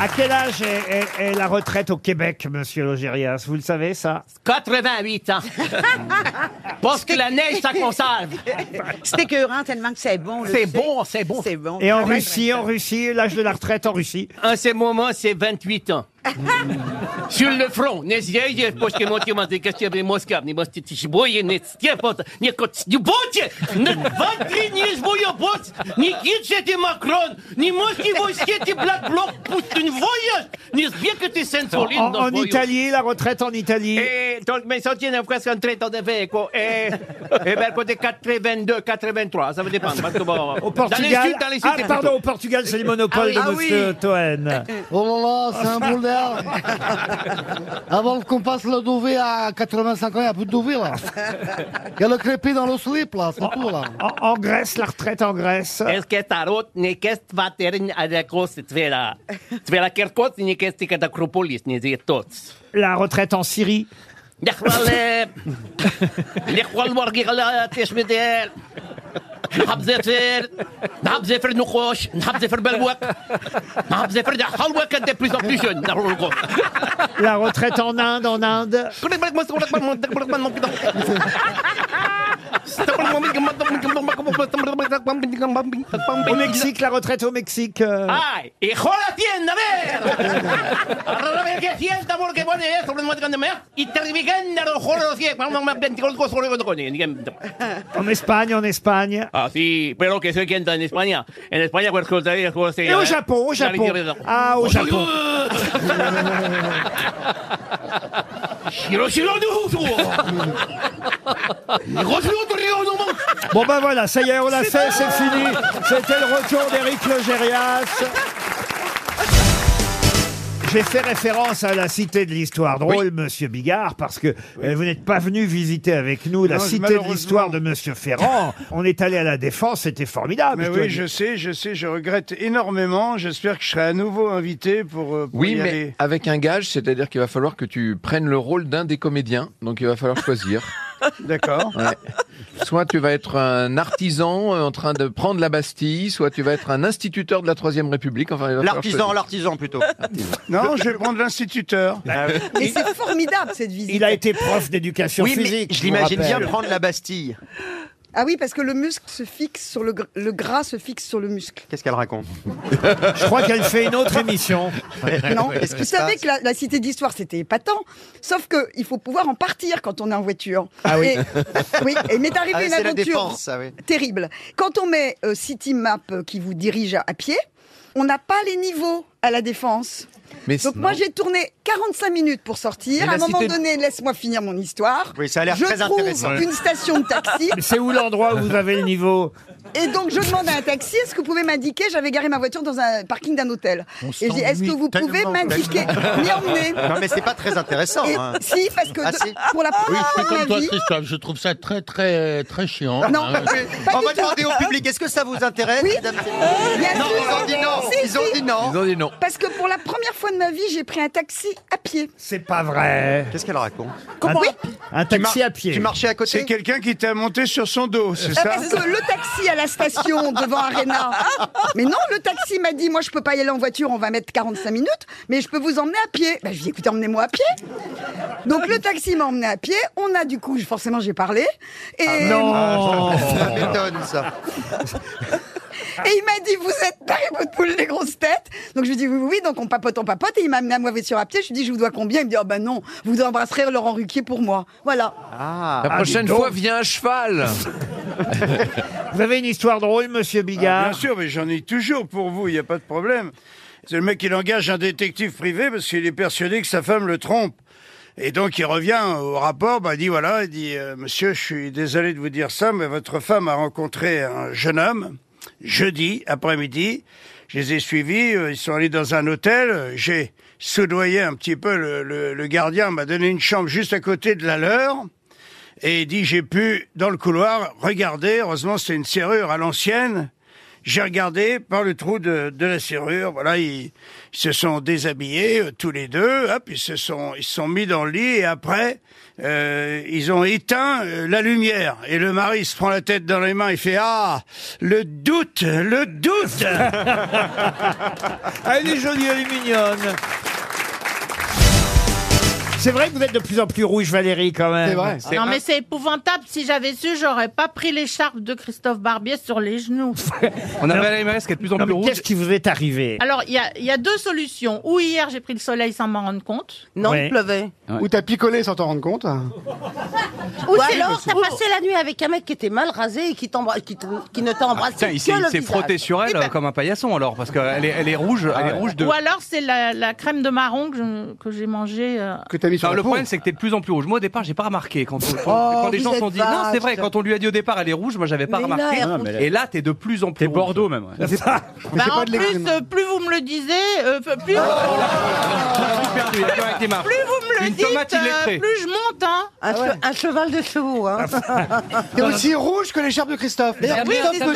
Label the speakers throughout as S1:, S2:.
S1: À quel âge est, est- est la retraite au Québec, monsieur Logérias Vous le savez, ça
S2: 88 ans. Parce que la neige, ça conserve.
S3: C'est écœurant tellement que c'est bon. là,
S2: C'est
S3: tu sais.
S2: bon, c'est bon.
S3: C'est bon.
S1: Et en
S3: Ah ouais.
S1: Russie, en Russie, l'âge de la retraite en Russie
S2: En ce moment, c'est 28 ans. Sur le front. Не съезжай, почки, моти, мати, костями, мозгами, мастити, шибои, не степота, не кот- не будьте, не ватри, не жбуя, бос, не кидайте, Макрон, не можете вы все эти блат блок, пусть не воешь, не сбегайте, сенсолин,
S1: En,
S2: но
S1: en
S2: воюешь.
S1: Italie, la retraite en Italie
S2: E mi sostiene questo è un tretto di feco e, e per poter 422, 423, ça va dépendre. parce que bon,
S1: Au
S2: dans les
S1: Portugal
S2: sud, dans les sud,
S1: Ah,
S2: c'est
S1: pardon, au Portugal, c'est le monopole
S3: Ah
S1: de
S3: oui.
S1: monsieur Toen.
S4: Oh là là, c'est un boule d'air. Avant qu'on passe le douvé à 85 ans, il n'y a plus de douvé là. Il y a le crépi dans le slip là, c'est tout là.
S1: En, en Grèce, la retraite en Grèce
S2: Est-ce que ta route n'est qu'est-ce que va terminer à la cause de la... Tu la Kerkos, ni qu'est-ce que ta Acropolis, ni des tots.
S1: La retraite en Syrie
S2: يخوال يخوال الورقي غلا تيش مدير نحب زفر نحب زفر نقوش نحب زفر بالوق نحب زفر دا حلوة كانت دي بليز بليز
S1: La retraite en Inde, en Inde Au Mexique, la retraite au Mexique euh,
S2: ¡Ay! ¡Hijo de la tienda, a ver! Ahora a ver qué tienda, porque pone eso, no me atiende más. Y te revigan a los joros, y vamos a ver con cosas, con cosas.
S1: En Espagne, en Espagne
S2: Ah, sí, pero que soy quien está en España. En España, pues, que ustedes, pues,
S1: Et au Japon, au Japon Ah, au Japon
S2: Shiro, shiro, no,
S1: Bon ben voilà, ça y est, on l'a fait, c'est fini. C'était le retour d'Éric Logérias. J'ai fait référence à la Cité de l'Histoire drôle, Monsieur Bigard, parce que euh, vous n'êtes pas venu visiter avec nous la
S5: Non,
S1: Cité de
S5: malheureusement.
S1: l'Histoire de Monsieur Ferrand. On est allé à la Défense, c'était formidable.
S5: Mais
S1: je dois
S5: oui,
S1: dire.
S5: je sais, je sais, je regrette énormément. J'espère que je serai à nouveau invité pour, euh, pour
S6: Oui,
S5: y
S6: mais
S5: aller.
S6: avec un gage, c'est-à-dire qu'il va falloir que tu prennes le rôle d'un des comédiens, donc il va falloir choisir.
S5: D'accord.
S6: Soit tu vas être un artisan euh, en train de prendre la Bastille, soit tu vas être un instituteur de la Troisième République. Enfin, il va falloir
S7: L'artisan,
S6: choisir.
S7: l'artisan plutôt.
S5: Non, je vais prendre l'instituteur.
S3: Mais c'est formidable cette visite.
S1: Il a été prof d'éducation
S7: Oui, mais
S1: physique.
S7: je
S1: vous
S7: l'imagine bien
S1: rappelle.
S7: prendre la Bastille.
S3: Ah oui, parce que le muscle se fixe sur le, gr- le gras se fixe sur le muscle.
S7: Qu'est-ce qu'elle raconte
S1: Je crois qu'elle fait une autre émission.
S3: Non,
S7: Ouais,
S3: parce que vous
S7: c'est ça.
S3: savez que la, la cité d'histoire c'était épatant. Sauf que il faut pouvoir en partir quand on est en voiture.
S1: Ah oui.
S3: Et, oui, et m'est arrivé
S7: Ah,
S3: une
S7: c'est la
S3: aventure
S7: défense, ça, oui.
S3: terrible. Quand on met euh, City Map euh, qui vous dirige à, à pied, on n'a pas les niveaux à la défense.
S6: Mais
S3: Donc
S6: c'est-
S3: moi j'ai tourné 45 minutes pour sortir.
S6: Mais
S3: à un
S6: la
S3: moment
S6: cité-
S3: donné, laisse-moi finir mon histoire.
S7: Oui, ça a l'air
S3: je
S7: très
S3: trouve
S7: intéressant.
S3: une station de taxi
S1: Mais C'est où l'endroit où vous avez le niveau
S3: et donc je demande à un taxi est-ce que vous pouvez m'indiquer j'avais garé ma voiture dans un parking d'un hôtel. Et je dis est-ce que vous pouvez m'indiquer m'y emmener
S7: Non, mais c'est pas très intéressant.
S3: Et-
S7: hein.
S3: si parce que
S7: Ah,
S3: de-
S7: si.
S3: pour la première
S4: C'est
S3: fois de
S4: comme
S3: ma
S4: toi
S3: vie
S4: Christophe, je trouve ça très très très chiant.
S3: Non,
S4: hein.
S3: pas
S7: Oui. On
S3: du
S7: va
S3: tout.
S7: demander au public, est-ce que ça vous intéresse
S3: Oui.
S7: mesdames
S3: Bien
S7: Non,
S3: sûr.
S7: ils ont dit non.
S3: Si,
S7: Ils ont
S3: si.
S7: dit non.
S6: Ils ont dit non.
S3: Parce que pour la première fois de ma vie, j'ai pris un taxi à pied.
S1: C'est pas vrai.
S7: Qu'est-ce qu'elle raconte
S3: Comment oui,
S1: Un taxi à pied.
S7: Tu marchais à côté
S5: C'est quelqu'un qui t'a monté sur son dos, c'est ça
S3: parce que le taxi à la station devant Arena. Mais non, le taxi m'a dit moi je peux pas y aller en voiture, on va mettre 45 minutes, mais je peux vous emmener à pied. Bah, je lui ai dit écoutez, emmenez-moi à pied. Donc le taxi m'a emmené à pied, on a du coup, forcément j'ai parlé et
S1: Ah Non.
S7: Ah, Ça m'étonne, ça.
S3: Et il m'a dit, vous êtes taré votre poule les grosses têtes. Donc je lui dis, oui, oui, oui, donc on papote, on papote. Et il m'a amené à moi sur à pied. Je lui dis, je vous dois combien Il me dit, ah ben non, vous embrasserez Laurent Ruquier pour moi. Voilà.
S7: Ah.
S6: La prochaine
S1: donc.
S6: fois, viens à cheval.
S1: Vous avez une histoire drôle, monsieur
S5: Ah,
S1: Bigard
S5: Bien sûr, mais j'en ai toujours pour vous, il n'y a pas de problème. C'est le mec, il engage un détective privé parce qu'il est persuadé que sa femme le trompe. Et donc il revient au rapport, bah, il dit voilà, il dit euh, monsieur, je suis désolé de vous dire ça, mais votre femme a rencontré un jeune homme jeudi après-midi. Je les ai suivis, euh, ils sont allés dans un hôtel. euh, J'ai soudoyé un petit peu le, le- le gardien, m'a donné une chambre juste à côté de la leur. Et il dit j'ai pu dans le couloir regarder. Heureusement, c'était une serrure à l'ancienne. J'ai regardé par le trou de, de la serrure. Voilà, ils, ils se sont déshabillés euh, tous les deux. Hop, ils se sont, ils se sont mis dans le lit et après, euh, ils ont éteint euh, la lumière. Et le mari il se prend la tête dans les mains. Il fait ah, le doute, le doute.
S1: Ah, elle est jolie, elle est mignonne. C'est vrai que vous êtes de plus en plus rouge, Valérie, quand même.
S8: C'est vrai.
S9: Non, mais c'est épouvantable. Si j'avais su, j'aurais pas pris l'écharpe de Christophe Barbier sur les genoux.
S6: On avait la MS qui est de plus en
S1: Non,
S6: plus
S1: mais
S6: rouge.
S1: qu'est-ce qui vous est arrivé
S9: Alors, il y a, il y a deux solutions. Ou hier, j'ai pris le soleil sans m'en rendre compte.
S3: Non,
S1: Ouais.
S3: il pleuvait.
S8: Ou t'as picolé sans t'en rendre compte.
S3: Ou c'est l'or, t'as passé la nuit avec un mec qui était mal rasé et qui, t'embra- qui, te- qui ne t'embrasse
S6: Ah, Tiens,
S3: que
S6: il s'est il
S3: le
S6: s'est
S3: visage.
S6: frotté sur elle
S3: Eh ben,
S6: euh, comme un paillasson alors, parce qu'elle est, elle est rouge, elle est rouge de.
S9: Ou alors, c'est la, la crème de marron que je- que j'ai mangée. euh.
S8: Que t'as mis sur
S6: Non,
S8: la
S6: le
S8: peau.
S6: problème, c'est que t'es de plus en plus rouge. Moi, au départ, j'ai pas remarqué. Quand, on-
S3: Oh,
S6: quand les
S3: vous
S6: gens se
S3: êtes
S6: sont dit, non, c'est vrai,
S3: vache.
S6: quand on lui a dit au départ, elle est rouge, moi, j'avais pas
S3: Ah Mais là,
S6: remarqué.
S3: elle raconte-
S6: Et là, t'es de plus en plus. rouge.
S10: même.
S9: Bah,
S8: c'est pas
S9: en
S8: de
S9: plus,
S8: l'eczéma.
S9: euh, plus vous me le disiez, euh, plus,
S6: Oh. Tout perdu, il y a que avec des marques.
S9: plus vous me le
S6: Une
S9: dites,
S6: tomate illettrée.
S9: euh, plus je monte. Hein.
S6: Ah,
S3: un, che- un cheval de chevaux. Hein.
S8: T'es aussi rouge que l'écharpe de Christophe.
S9: Ah oui, c'est ça.
S10: le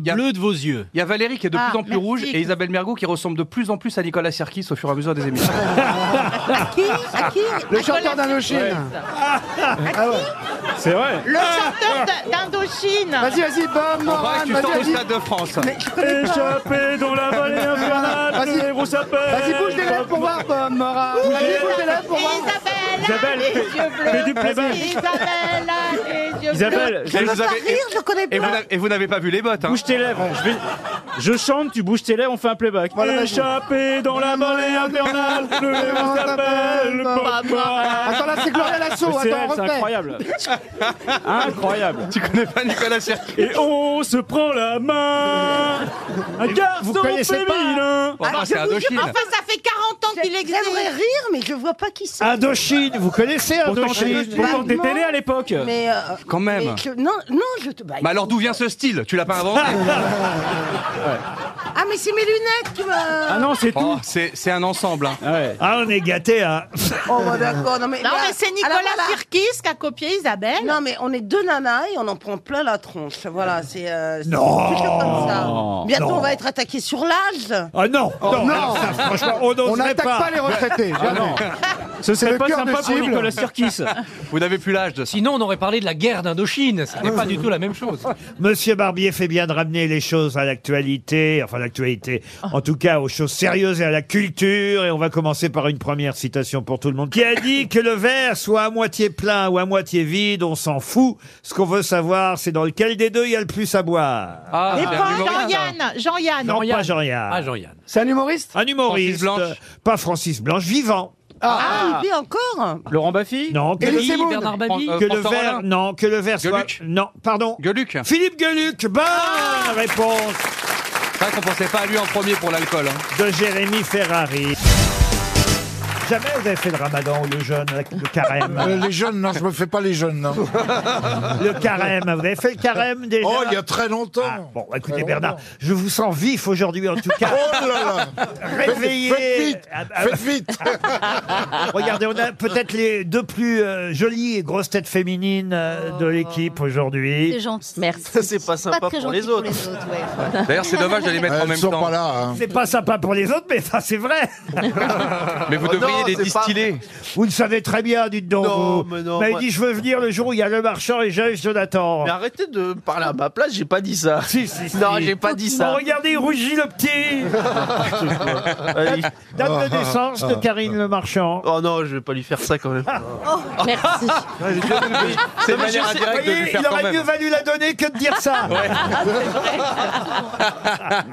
S6: Il y a-
S10: bleu de vos yeux.
S6: Il y a Valérie qui est de
S9: Ah,
S6: plus en plus
S9: merci.
S6: rouge et Isabelle Mergot qui ressemble de plus en plus à Nicolas Sirkis au fur et à mesure des émissions.
S3: À qui À qui
S8: Le chanteur d'Indochine. Ah ouais.
S10: C'est vrai.
S9: Le chanteur d'I- d'Indochine.
S8: Vas-y, vas-y, Bob
S6: On paraît
S8: Moran,
S6: que tu sors
S8: vas-y,
S6: du
S8: vas-y.
S6: stade de France.
S10: Échappé dans la vallée infernale,
S8: Ah. Vas-y.
S10: le héros s'appelle.
S8: Vas-y, bouge des lèvres pour voir, Bob Moran. Vas-y, bouge des lèvres pour voir.
S9: Isabelle,
S10: Isabelle,
S9: a les
S10: fais-
S9: yeux bleus.
S10: fais du playback.
S9: Isabelle, a les yeux bleus.
S10: Isabelle,
S6: Et
S10: je-
S6: vous
S3: Pas
S6: avez-
S3: rire, je connais
S6: et vous
S3: pas.
S6: n'avez- et vous n'avez pas vu les bottes. hein.
S10: bouge tes lèvres. Je, vais- je chante, tu bouges tes lèvres, on fait un playback.
S8: Voilà, Bah,
S10: Échappé dans la vallée infernale, le héros s'appelle. Bob Moran.
S8: Attends, là, c'est Gloria Lasso.
S10: Mais c'est
S8: Bah,
S10: elle,
S8: Attends, on
S10: c'est
S8: refait.
S10: incroyable. incroyable.
S6: Tu connais pas Nicolas Sirkis
S10: Et on se prend la main. Un garçon
S1: connaissez pas
S10: féminin.
S6: Enfin,
S3: Alors,
S6: Oh c'est
S3: je vous
S6: Indochine.
S9: Enfin, ça fait 40 ans qu'il existe.
S3: J'aimerais rire, mais je vois pas qui c'est.
S1: Indochine, vous connaissez
S10: Pourtant,
S1: Indochine
S10: t'es- pourtant, t'étais né à l'époque.
S3: Mais euh,
S6: Quand même.
S3: mais je- non, non, je te. bah,
S6: Mais alors d'où vient ce style Tu l'as pas inventé
S3: Ah, mais c'est mes lunettes qui
S10: Ah
S3: me.
S10: non, c'est tout.
S6: Oh, c'est c'est un ensemble. hein.
S10: Ouais.
S1: Ah, on est gâtés, hein
S3: Oh, bah, d'accord. Non, mais,
S9: Non,
S3: là-
S9: mais c'est Nicolas
S3: alors, voilà.
S9: Sirkis qui a copié Isabelle.
S3: Non, mais on est deux nanas et on en prend plein la tronche. Voilà, c'est. euh, c'est
S1: Non.
S3: toujours comme ça. Bientôt,
S1: Non.
S3: on va être attaqué sur l'âge.
S1: Ah non, non, alors ça, franchement, on
S8: On
S1: n'oserait
S8: n'attaque
S1: pas.
S8: pas les retraités. jamais.
S10: Ce
S8: C'est
S10: serait
S8: le
S10: pas
S8: cœur de
S10: sympa pour
S8: cible.
S10: Nicolas Sirkis.
S6: Vous n'avez plus l'âge de ça.
S10: Sinon, on aurait parlé de la guerre d'Indochine. Ce n'est pas du tout la même chose.
S1: Monsieur Barbier fait bien de ramener les choses à l'actualité, enfin l'actualité, en tout cas aux choses sérieuses et à la culture. Et on va commencer par une première citation pour tout le monde qui a dit que le verre soit à moitié plein ou à moitié vide, on s'en fout. Ce qu'on veut savoir, c'est dans lequel des deux il y a le plus à boire.
S6: Ah,
S9: Et
S6: c'est un
S9: pas
S6: humoriste, hein.
S9: Jean-Yann, Jean-Yann.
S1: Non, pas Jean-Yann.
S10: Jean-Yann.
S8: C'est un humoriste
S1: Un humoriste,
S6: Ah, Francis Blanche.
S1: pas Francis Blanche, vivant.
S3: Ah, il vit encore
S10: Laurent Baffy
S1: Non, que,
S8: Élie Semoun.
S10: Bernard Babi
S6: Euh,
S1: que le
S6: François
S1: verre,
S6: Rollin.
S1: non, que le verre soit,
S6: Gueluc. Ah
S1: non, pardon.
S6: Gueuluc.
S1: Philippe Gueluc, bonne réponse.
S6: C'est vrai qu'on pensait pas à lui en premier pour l'alcool. hein.
S1: de Jérémy Ferrari. Jamais vous avez fait le ramadan ou le jeûne, le carême.
S11: Euh, les jeunes, non, je me fais pas les jeunes, non.
S1: le carême, vous avez fait le carême déjà
S11: Oh, il y a très longtemps.
S1: Ah, Bon,
S11: Très
S1: écoutez Bernard,
S11: longtemps.
S1: je vous sens vif aujourd'hui en tout cas.
S11: Oh là là
S1: Réveillé.
S11: Faites vite
S1: Ah, ah,
S11: Faites vite
S1: Regardez, on a peut-être les deux plus euh, jolies et grosses têtes féminines euh,
S7: Oh.
S1: de l'équipe aujourd'hui.
S9: gentil. Merci.
S7: Ça, c'est pas sympa pour les autres.
S6: D'ailleurs, c'est dommage de les
S1: Euh,
S6: mettre en
S11: Elles
S6: même
S11: sont
S6: temps.
S11: pas là. hein.
S1: C'est pas sympa pour les autres, mais ça c'est vrai.
S6: Mais vous
S7: Oh
S6: devriez
S7: non,
S6: les
S7: c'est pas-
S6: distiller.
S1: Vous le savez très bien, dites donc.
S7: Non,
S1: vous.
S7: mais non,
S1: Vous m'avez
S7: moi-
S1: dit je veux venir le jour où il y a le marchand et j'ai Jonathan.
S7: Mais arrêtez de parler à ma place, j'ai pas dit ça.
S1: Si, si, si.
S7: Non, j'ai pas dit
S1: Oh,
S7: ça.
S1: regardez, il rougit le petit
S7: Allez.
S1: Date de naissance de Karine Le Marchand.
S7: Oh non, je vais pas lui faire ça quand même.
S9: Merci.
S6: C'est une
S7: mais je
S1: Ah,
S6: manière
S7: sais-
S6: indirecte de lui faire
S1: il
S6: quand
S1: aurait mieux
S6: même.
S1: valu la donner que de dire ça.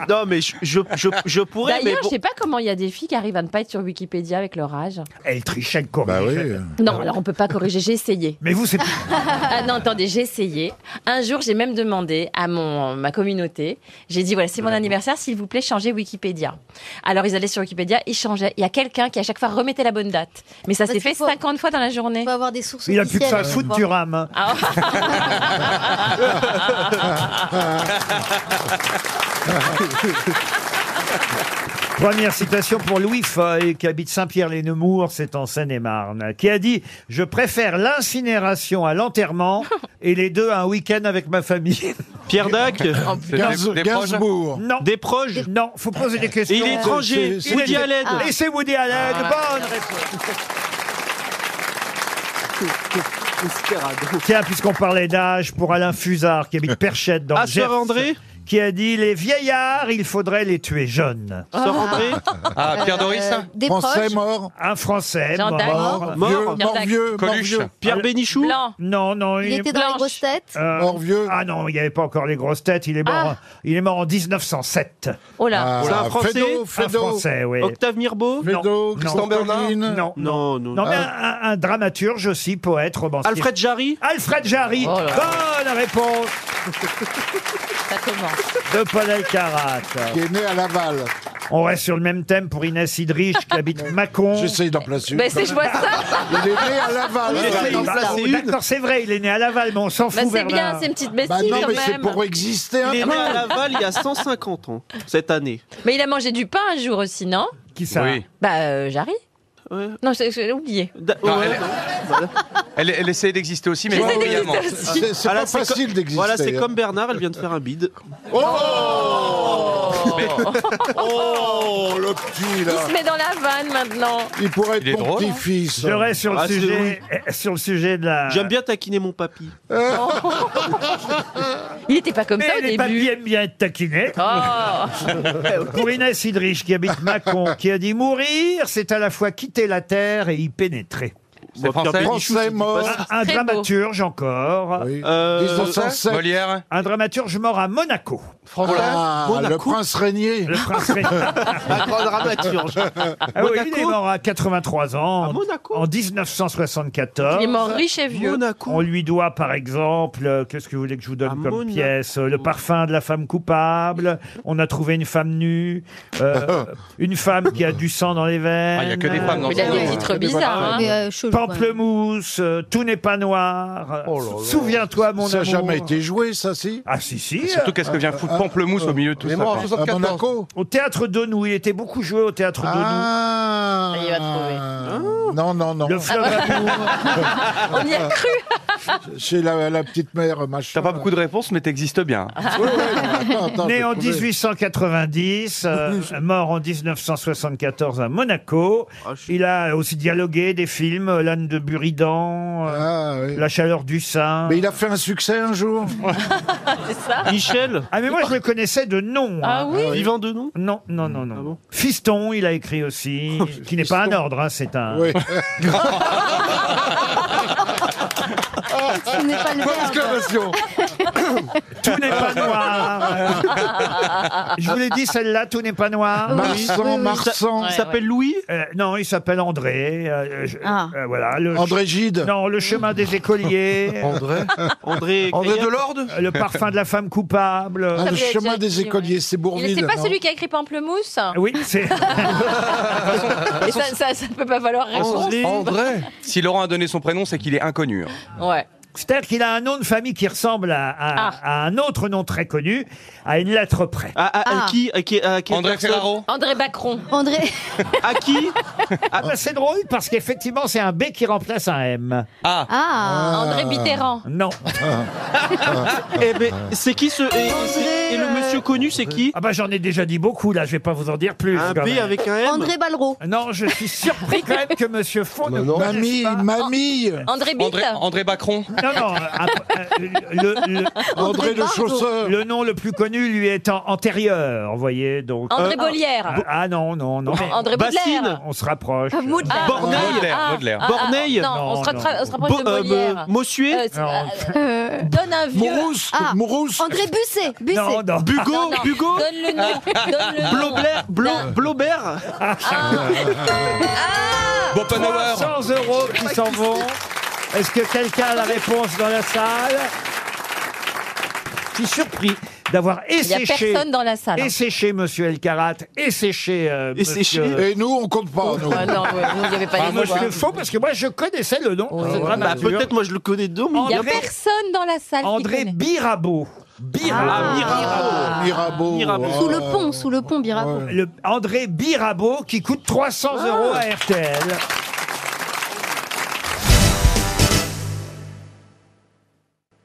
S7: Non, mais je, je, je, je pourrais, mais bon.
S9: sais pas comment il y a des filles qui arrivent à ne pas être sur Wikipédia avec leur âge.
S1: Elle trichait elle
S11: Bah oui.
S1: corrigeait.
S9: Non, alors on peut pas corriger. J'ai essayé.
S1: Mais vous, c'est
S9: Ah non, attendez, j'ai essayé. Un jour, j'ai même demandé à mon, ma communauté, j'ai dit, voilà, c'est mon anniversaire, s'il vous plaît, changez Wikipédia. Alors, ils allaient sur Wikipédia, ils changeaient. Il y a quelqu'un qui, à chaque fois, remettait la bonne date. Mais ça s'est fait 50 fois dans la journée.
S1: il a plus que
S3: euh,
S1: ça à foutre
S12: hein.
S1: du hein. rame. Première citation pour Louis Foy, qui habite Saint-Pierre-les-Nemours, c'est en Seine-et-Marne, qui a dit « Je préfère l'incinération à l'enterrement et les deux à un week-end avec ma famille. »
S13: Pierre Dac Gainsbourg. Gainsbourg.
S1: Non. Des proches Non, faut poser des questions.
S13: Il est étranger.
S1: C'est- c'est-
S13: Woody Allen.
S1: Ah. Et c'est Woody Allen,
S13: Ah.
S1: bonne Tiens, puisqu'on parlait d'âge, pour Alain Fusard, qui habite Perchette dans
S13: Ah,
S1: le Gers,
S13: Sœur André
S1: qui a dit « Les vieillards, il faudrait les tuer jeunes. »
S13: Sœur André Ah, Pierre Doris Des
S8: Français
S13: proches
S8: mort.
S1: Un Français
S8: Jean Dac.
S1: mort.
S8: Mort. Vieux, Mort. mort vieux, mort Coluche. vieux.
S13: Pierre
S1: Bénichou Non, non.
S12: Il était dans les grosses têtes
S1: euh, Ah non, il n'y avait pas encore les grosses têtes. Il est mort,
S12: Ah.
S1: en- il est mort en 1907.
S12: Oh
S8: Ah,
S12: là.
S13: C'est un Français
S1: Un Français, oui.
S13: Octave Mirbeau
S1: Non, non.
S13: Christian Bernard
S1: Non,
S13: non, Ah. non.
S1: Non, mais un, un- un dramaturge aussi, poète, romancier.
S13: Alfred Jarry
S1: Alfred Jarry
S13: Oh là là.
S1: Bonne réponse
S9: Ça commence.
S1: de Paul Alcarat.
S8: Qui est né à Laval.
S1: On reste sur le même thème pour Inès Idrich, qui habite Mâcon.
S8: J'essaye d'en placer une.
S1: Mais c'est- je vois ça.
S8: Il est né à Laval. Bah
S1: Oui,
S8: Voilà.
S1: c'est ça. D'accord, c'est vrai, il est né à Laval, mais on s'en
S9: Bah,
S1: fout,
S9: c'est
S1: Bernard.
S9: bien, c'est une petite
S1: Bah
S9: bêtise
S1: non,
S9: quand
S1: mais
S9: même.
S1: c'est pour
S8: exister hein.
S7: Il est né à Laval il y a 150 ans, cette année.
S9: Mais il a mangé du pain un jour aussi, non
S1: Qui
S7: ça Oui.
S9: Bah, euh, Jarry Non, j'ai j'ai oublié.
S13: Non, elle, elle, elle essayait d'exister aussi, mais
S9: J'essaie
S13: pas
S9: d'exister
S13: brillamment.
S9: aussi.
S8: C'est- c'est
S13: Voilà,
S8: pas
S13: co-
S8: facile d'exister,
S13: Voilà, c'est
S8: hein.
S13: comme Bernard, elle vient de faire un bide.
S8: Oh Oh, le petit,
S9: Il se met dans la vanne maintenant.
S8: Il pourrait
S13: Il est
S8: être mon
S13: drôle, hein.
S8: petit-fils.
S1: Je reste sur le
S13: Ah, c'est
S1: sujet, eh, sur le sujet de la.
S13: J'aime bien taquiner mon papy.
S9: Il était pas comme
S1: Mais
S9: ça au
S1: les
S9: début.
S1: papis aiment bien être taquinés.
S9: Oh.
S1: Pour Inès Idrich, qui habite Mâcon, qui a dit mourir, c'est à la fois quitter la terre et y pénétrer.
S13: C'est Bon, français. Pierre Bénichou,
S1: Français
S13: c'est qui
S9: Oh,
S1: mort.
S13: passe.
S1: Un, un
S13: Très beau.
S1: dramaturge encore.
S13: Euh, 1907. Molière.
S1: Un dramaturge mort à Monaco.
S13: Français. Ah, Monaco. le
S8: prince régné.
S9: Ah.
S1: Le prince régné.
S13: Un grand dramaturge.
S1: Ah oui,
S13: Monaco
S1: il est mort à 83 ans. en- En 1974.
S9: Il est mort riche et vieux. Monaco.
S1: On lui doit, par exemple, euh, qu'est-ce que vous voulez que je vous donne comme
S9: Monaco.
S1: pièce Euh, Le parfum de la femme coupable. On a trouvé une femme nue. euh, une femme qui a du sang dans les veines.
S13: Ah, il y a que des femmes dans Mais
S1: les
S13: il a ce des genre. titres bizarres, hein. Mais, euh, chelou, quand même.
S1: Pamplemousse, euh, tout n'est pas noir. Souviens-toi, mon
S8: Ça n'a
S1: amour.
S8: jamais été joué, ça, si
S1: Ah, si, si.
S13: Surtout qu'est-ce que vient foutre Pamplemousse au milieu de tout
S8: Il est
S13: ça,
S8: mort en
S13: quoi.
S8: 74.
S13: À Monaco
S1: Au théâtre de nous, il était beaucoup joué au théâtre de nous.
S8: Ah, il va trouver. Non, non, non.
S1: Le fleuve
S9: On y a cru.
S8: Chez la, la petite mère, machin. Ah, T'as pas
S13: beaucoup de réponses, mais t'existes bien.
S1: Né
S8: bah,
S1: en 1890, euh, mort en 1974 à Monaco. Il a aussi dialogué des films euh, L'âne de Buridan, euh,
S8: Ah,
S1: La chaleur du sein. Mais
S8: il a fait un succès un jour.
S13: Michel
S1: Ah mais moi je le connaissais de nom.
S13: Ah
S1: hein.
S13: oui Ah oui. Vivant de nom
S1: Non, non, non, non. Fiston, il a écrit aussi, qui n'est pas un ordre, hein, c'est un...
S8: Oui.
S14: Ce n'est pas le
S1: Point
S14: verbe.
S1: d'exclamation. Tout n'est pas noir. Je vous l'ai dit, celle-là, tout n'est pas noir.
S8: Oui, Marsan, oui, oui. Marsan.
S1: Il
S8: Il
S1: s'appelle
S8: s'appelle
S1: Louis Non, il s'appelle André. euh, je-
S8: Ah.
S1: euh, voilà, le
S8: André
S1: ch-
S8: Gide.
S1: Non, le chemin des écoliers.
S8: André.
S13: André,
S8: André
S13: Caillac
S8: Delorde
S1: Euh, Le parfum de la femme coupable.
S9: Ça, vous
S8: Ah, le
S9: l'avez
S8: chemin
S9: déjà
S8: des
S9: dit, ouais.
S8: écoliers, c'est Bourville.
S9: Il- C'est pas
S8: non
S9: celui qui a écrit Pamplemousse
S1: Ah, Oui, c'est.
S9: Et ça, ça, ça peut pas valoir réponse.
S13: André Si Laurent a donné son prénom, c'est qu'il est inconnu.
S9: Ouais.
S1: C'est-à-dire qu'il a un nom de famille qui ressemble à, à- à un autre nom très connu, à une lettre près.
S7: Ah.
S13: À, Ah, à- à qui, à qui- à quelle personne
S9: André Bacron.
S12: André.
S13: À qui
S1: Ah bah, c'est drôle parce qu'effectivement c'est un B qui remplace un M.
S13: Ah.
S12: Ah.
S9: André Mitterrand.
S1: Non.
S13: Eh ben, c'est qui ce. Et, et- et le monsieur connu, c'est qui
S1: Ah bah j'en ai déjà dit beaucoup là, je vais pas vous en dire plus.
S13: Un
S1: quand
S13: B
S1: même.
S13: avec un M
S12: André Balrot.
S1: Non, je suis surpris quand même que Monsieur Fond ne connaisse
S8: Mamie,
S1: pas.
S8: mamie.
S9: André Bitt.
S13: Bacron.
S1: Non, non, euh, euh, le, le-
S8: André le chausseur.
S1: le nom le plus connu lui est an- antérieur, vous voyez donc.
S9: André
S1: Euh,
S9: Bollière.
S1: ah, ah non, non, non. mais-
S9: André Baudelaire.
S13: Bassine.
S1: On se rapproche.
S9: Ah, Baudelaire.
S13: Borneille. Baudelaire,
S9: Ah, ah,
S13: Baudelaire.
S9: ah, ah,
S13: Borneille.
S9: Non, on se
S1: Non,
S9: rattra-
S1: non.
S9: on se rapproche de
S13: Bo- euh,
S9: Molière.
S13: Mo- Mossuet
S9: Euh, c'est-
S1: bah, Non.
S12: Euh,
S9: Donne un vieux.
S8: Mourousse,
S12: Ah.
S8: Mourousse.
S12: André Busset. Busset.
S1: Non, non.
S13: Bugo,
S9: Non, non,
S13: Bugo
S8: Ah,
S9: Donne le nom. Donne le nom.
S13: Blaubert, Blo- Blaubert
S7: Bopenhauer.
S1: 100 Ah, euros qui s'en vont. Est-ce que quelqu'un a la réponse dans la salle Je suis surpris d'avoir
S9: Il y a
S1: esséché.
S9: personne dans la salle.
S1: Esséché Monsieur Elkarat, esséché euh,
S13: Esséché.
S1: Monsieur.
S8: Et nous, on compte pas, nous.
S9: Ah non, ouais, nous, il n'y avait pas
S1: Ah,
S9: les
S1: moi
S9: mots.
S1: je le faux parce que moi je connaissais le nom. de ce
S13: Bah,
S1: dramaturge.
S13: Peut-être moi je le connais de nom, mais
S9: Il n'y a
S1: André-
S9: personne dans la salle. qui
S1: André
S9: connaît.
S1: Birabeau.
S9: Birabeau. Ah,
S8: Ah, Mirabeau.
S9: Sous le pont, sous le pont Birabeau.
S1: Ah. Le André Birabeau qui coûte 300 euros à RTL.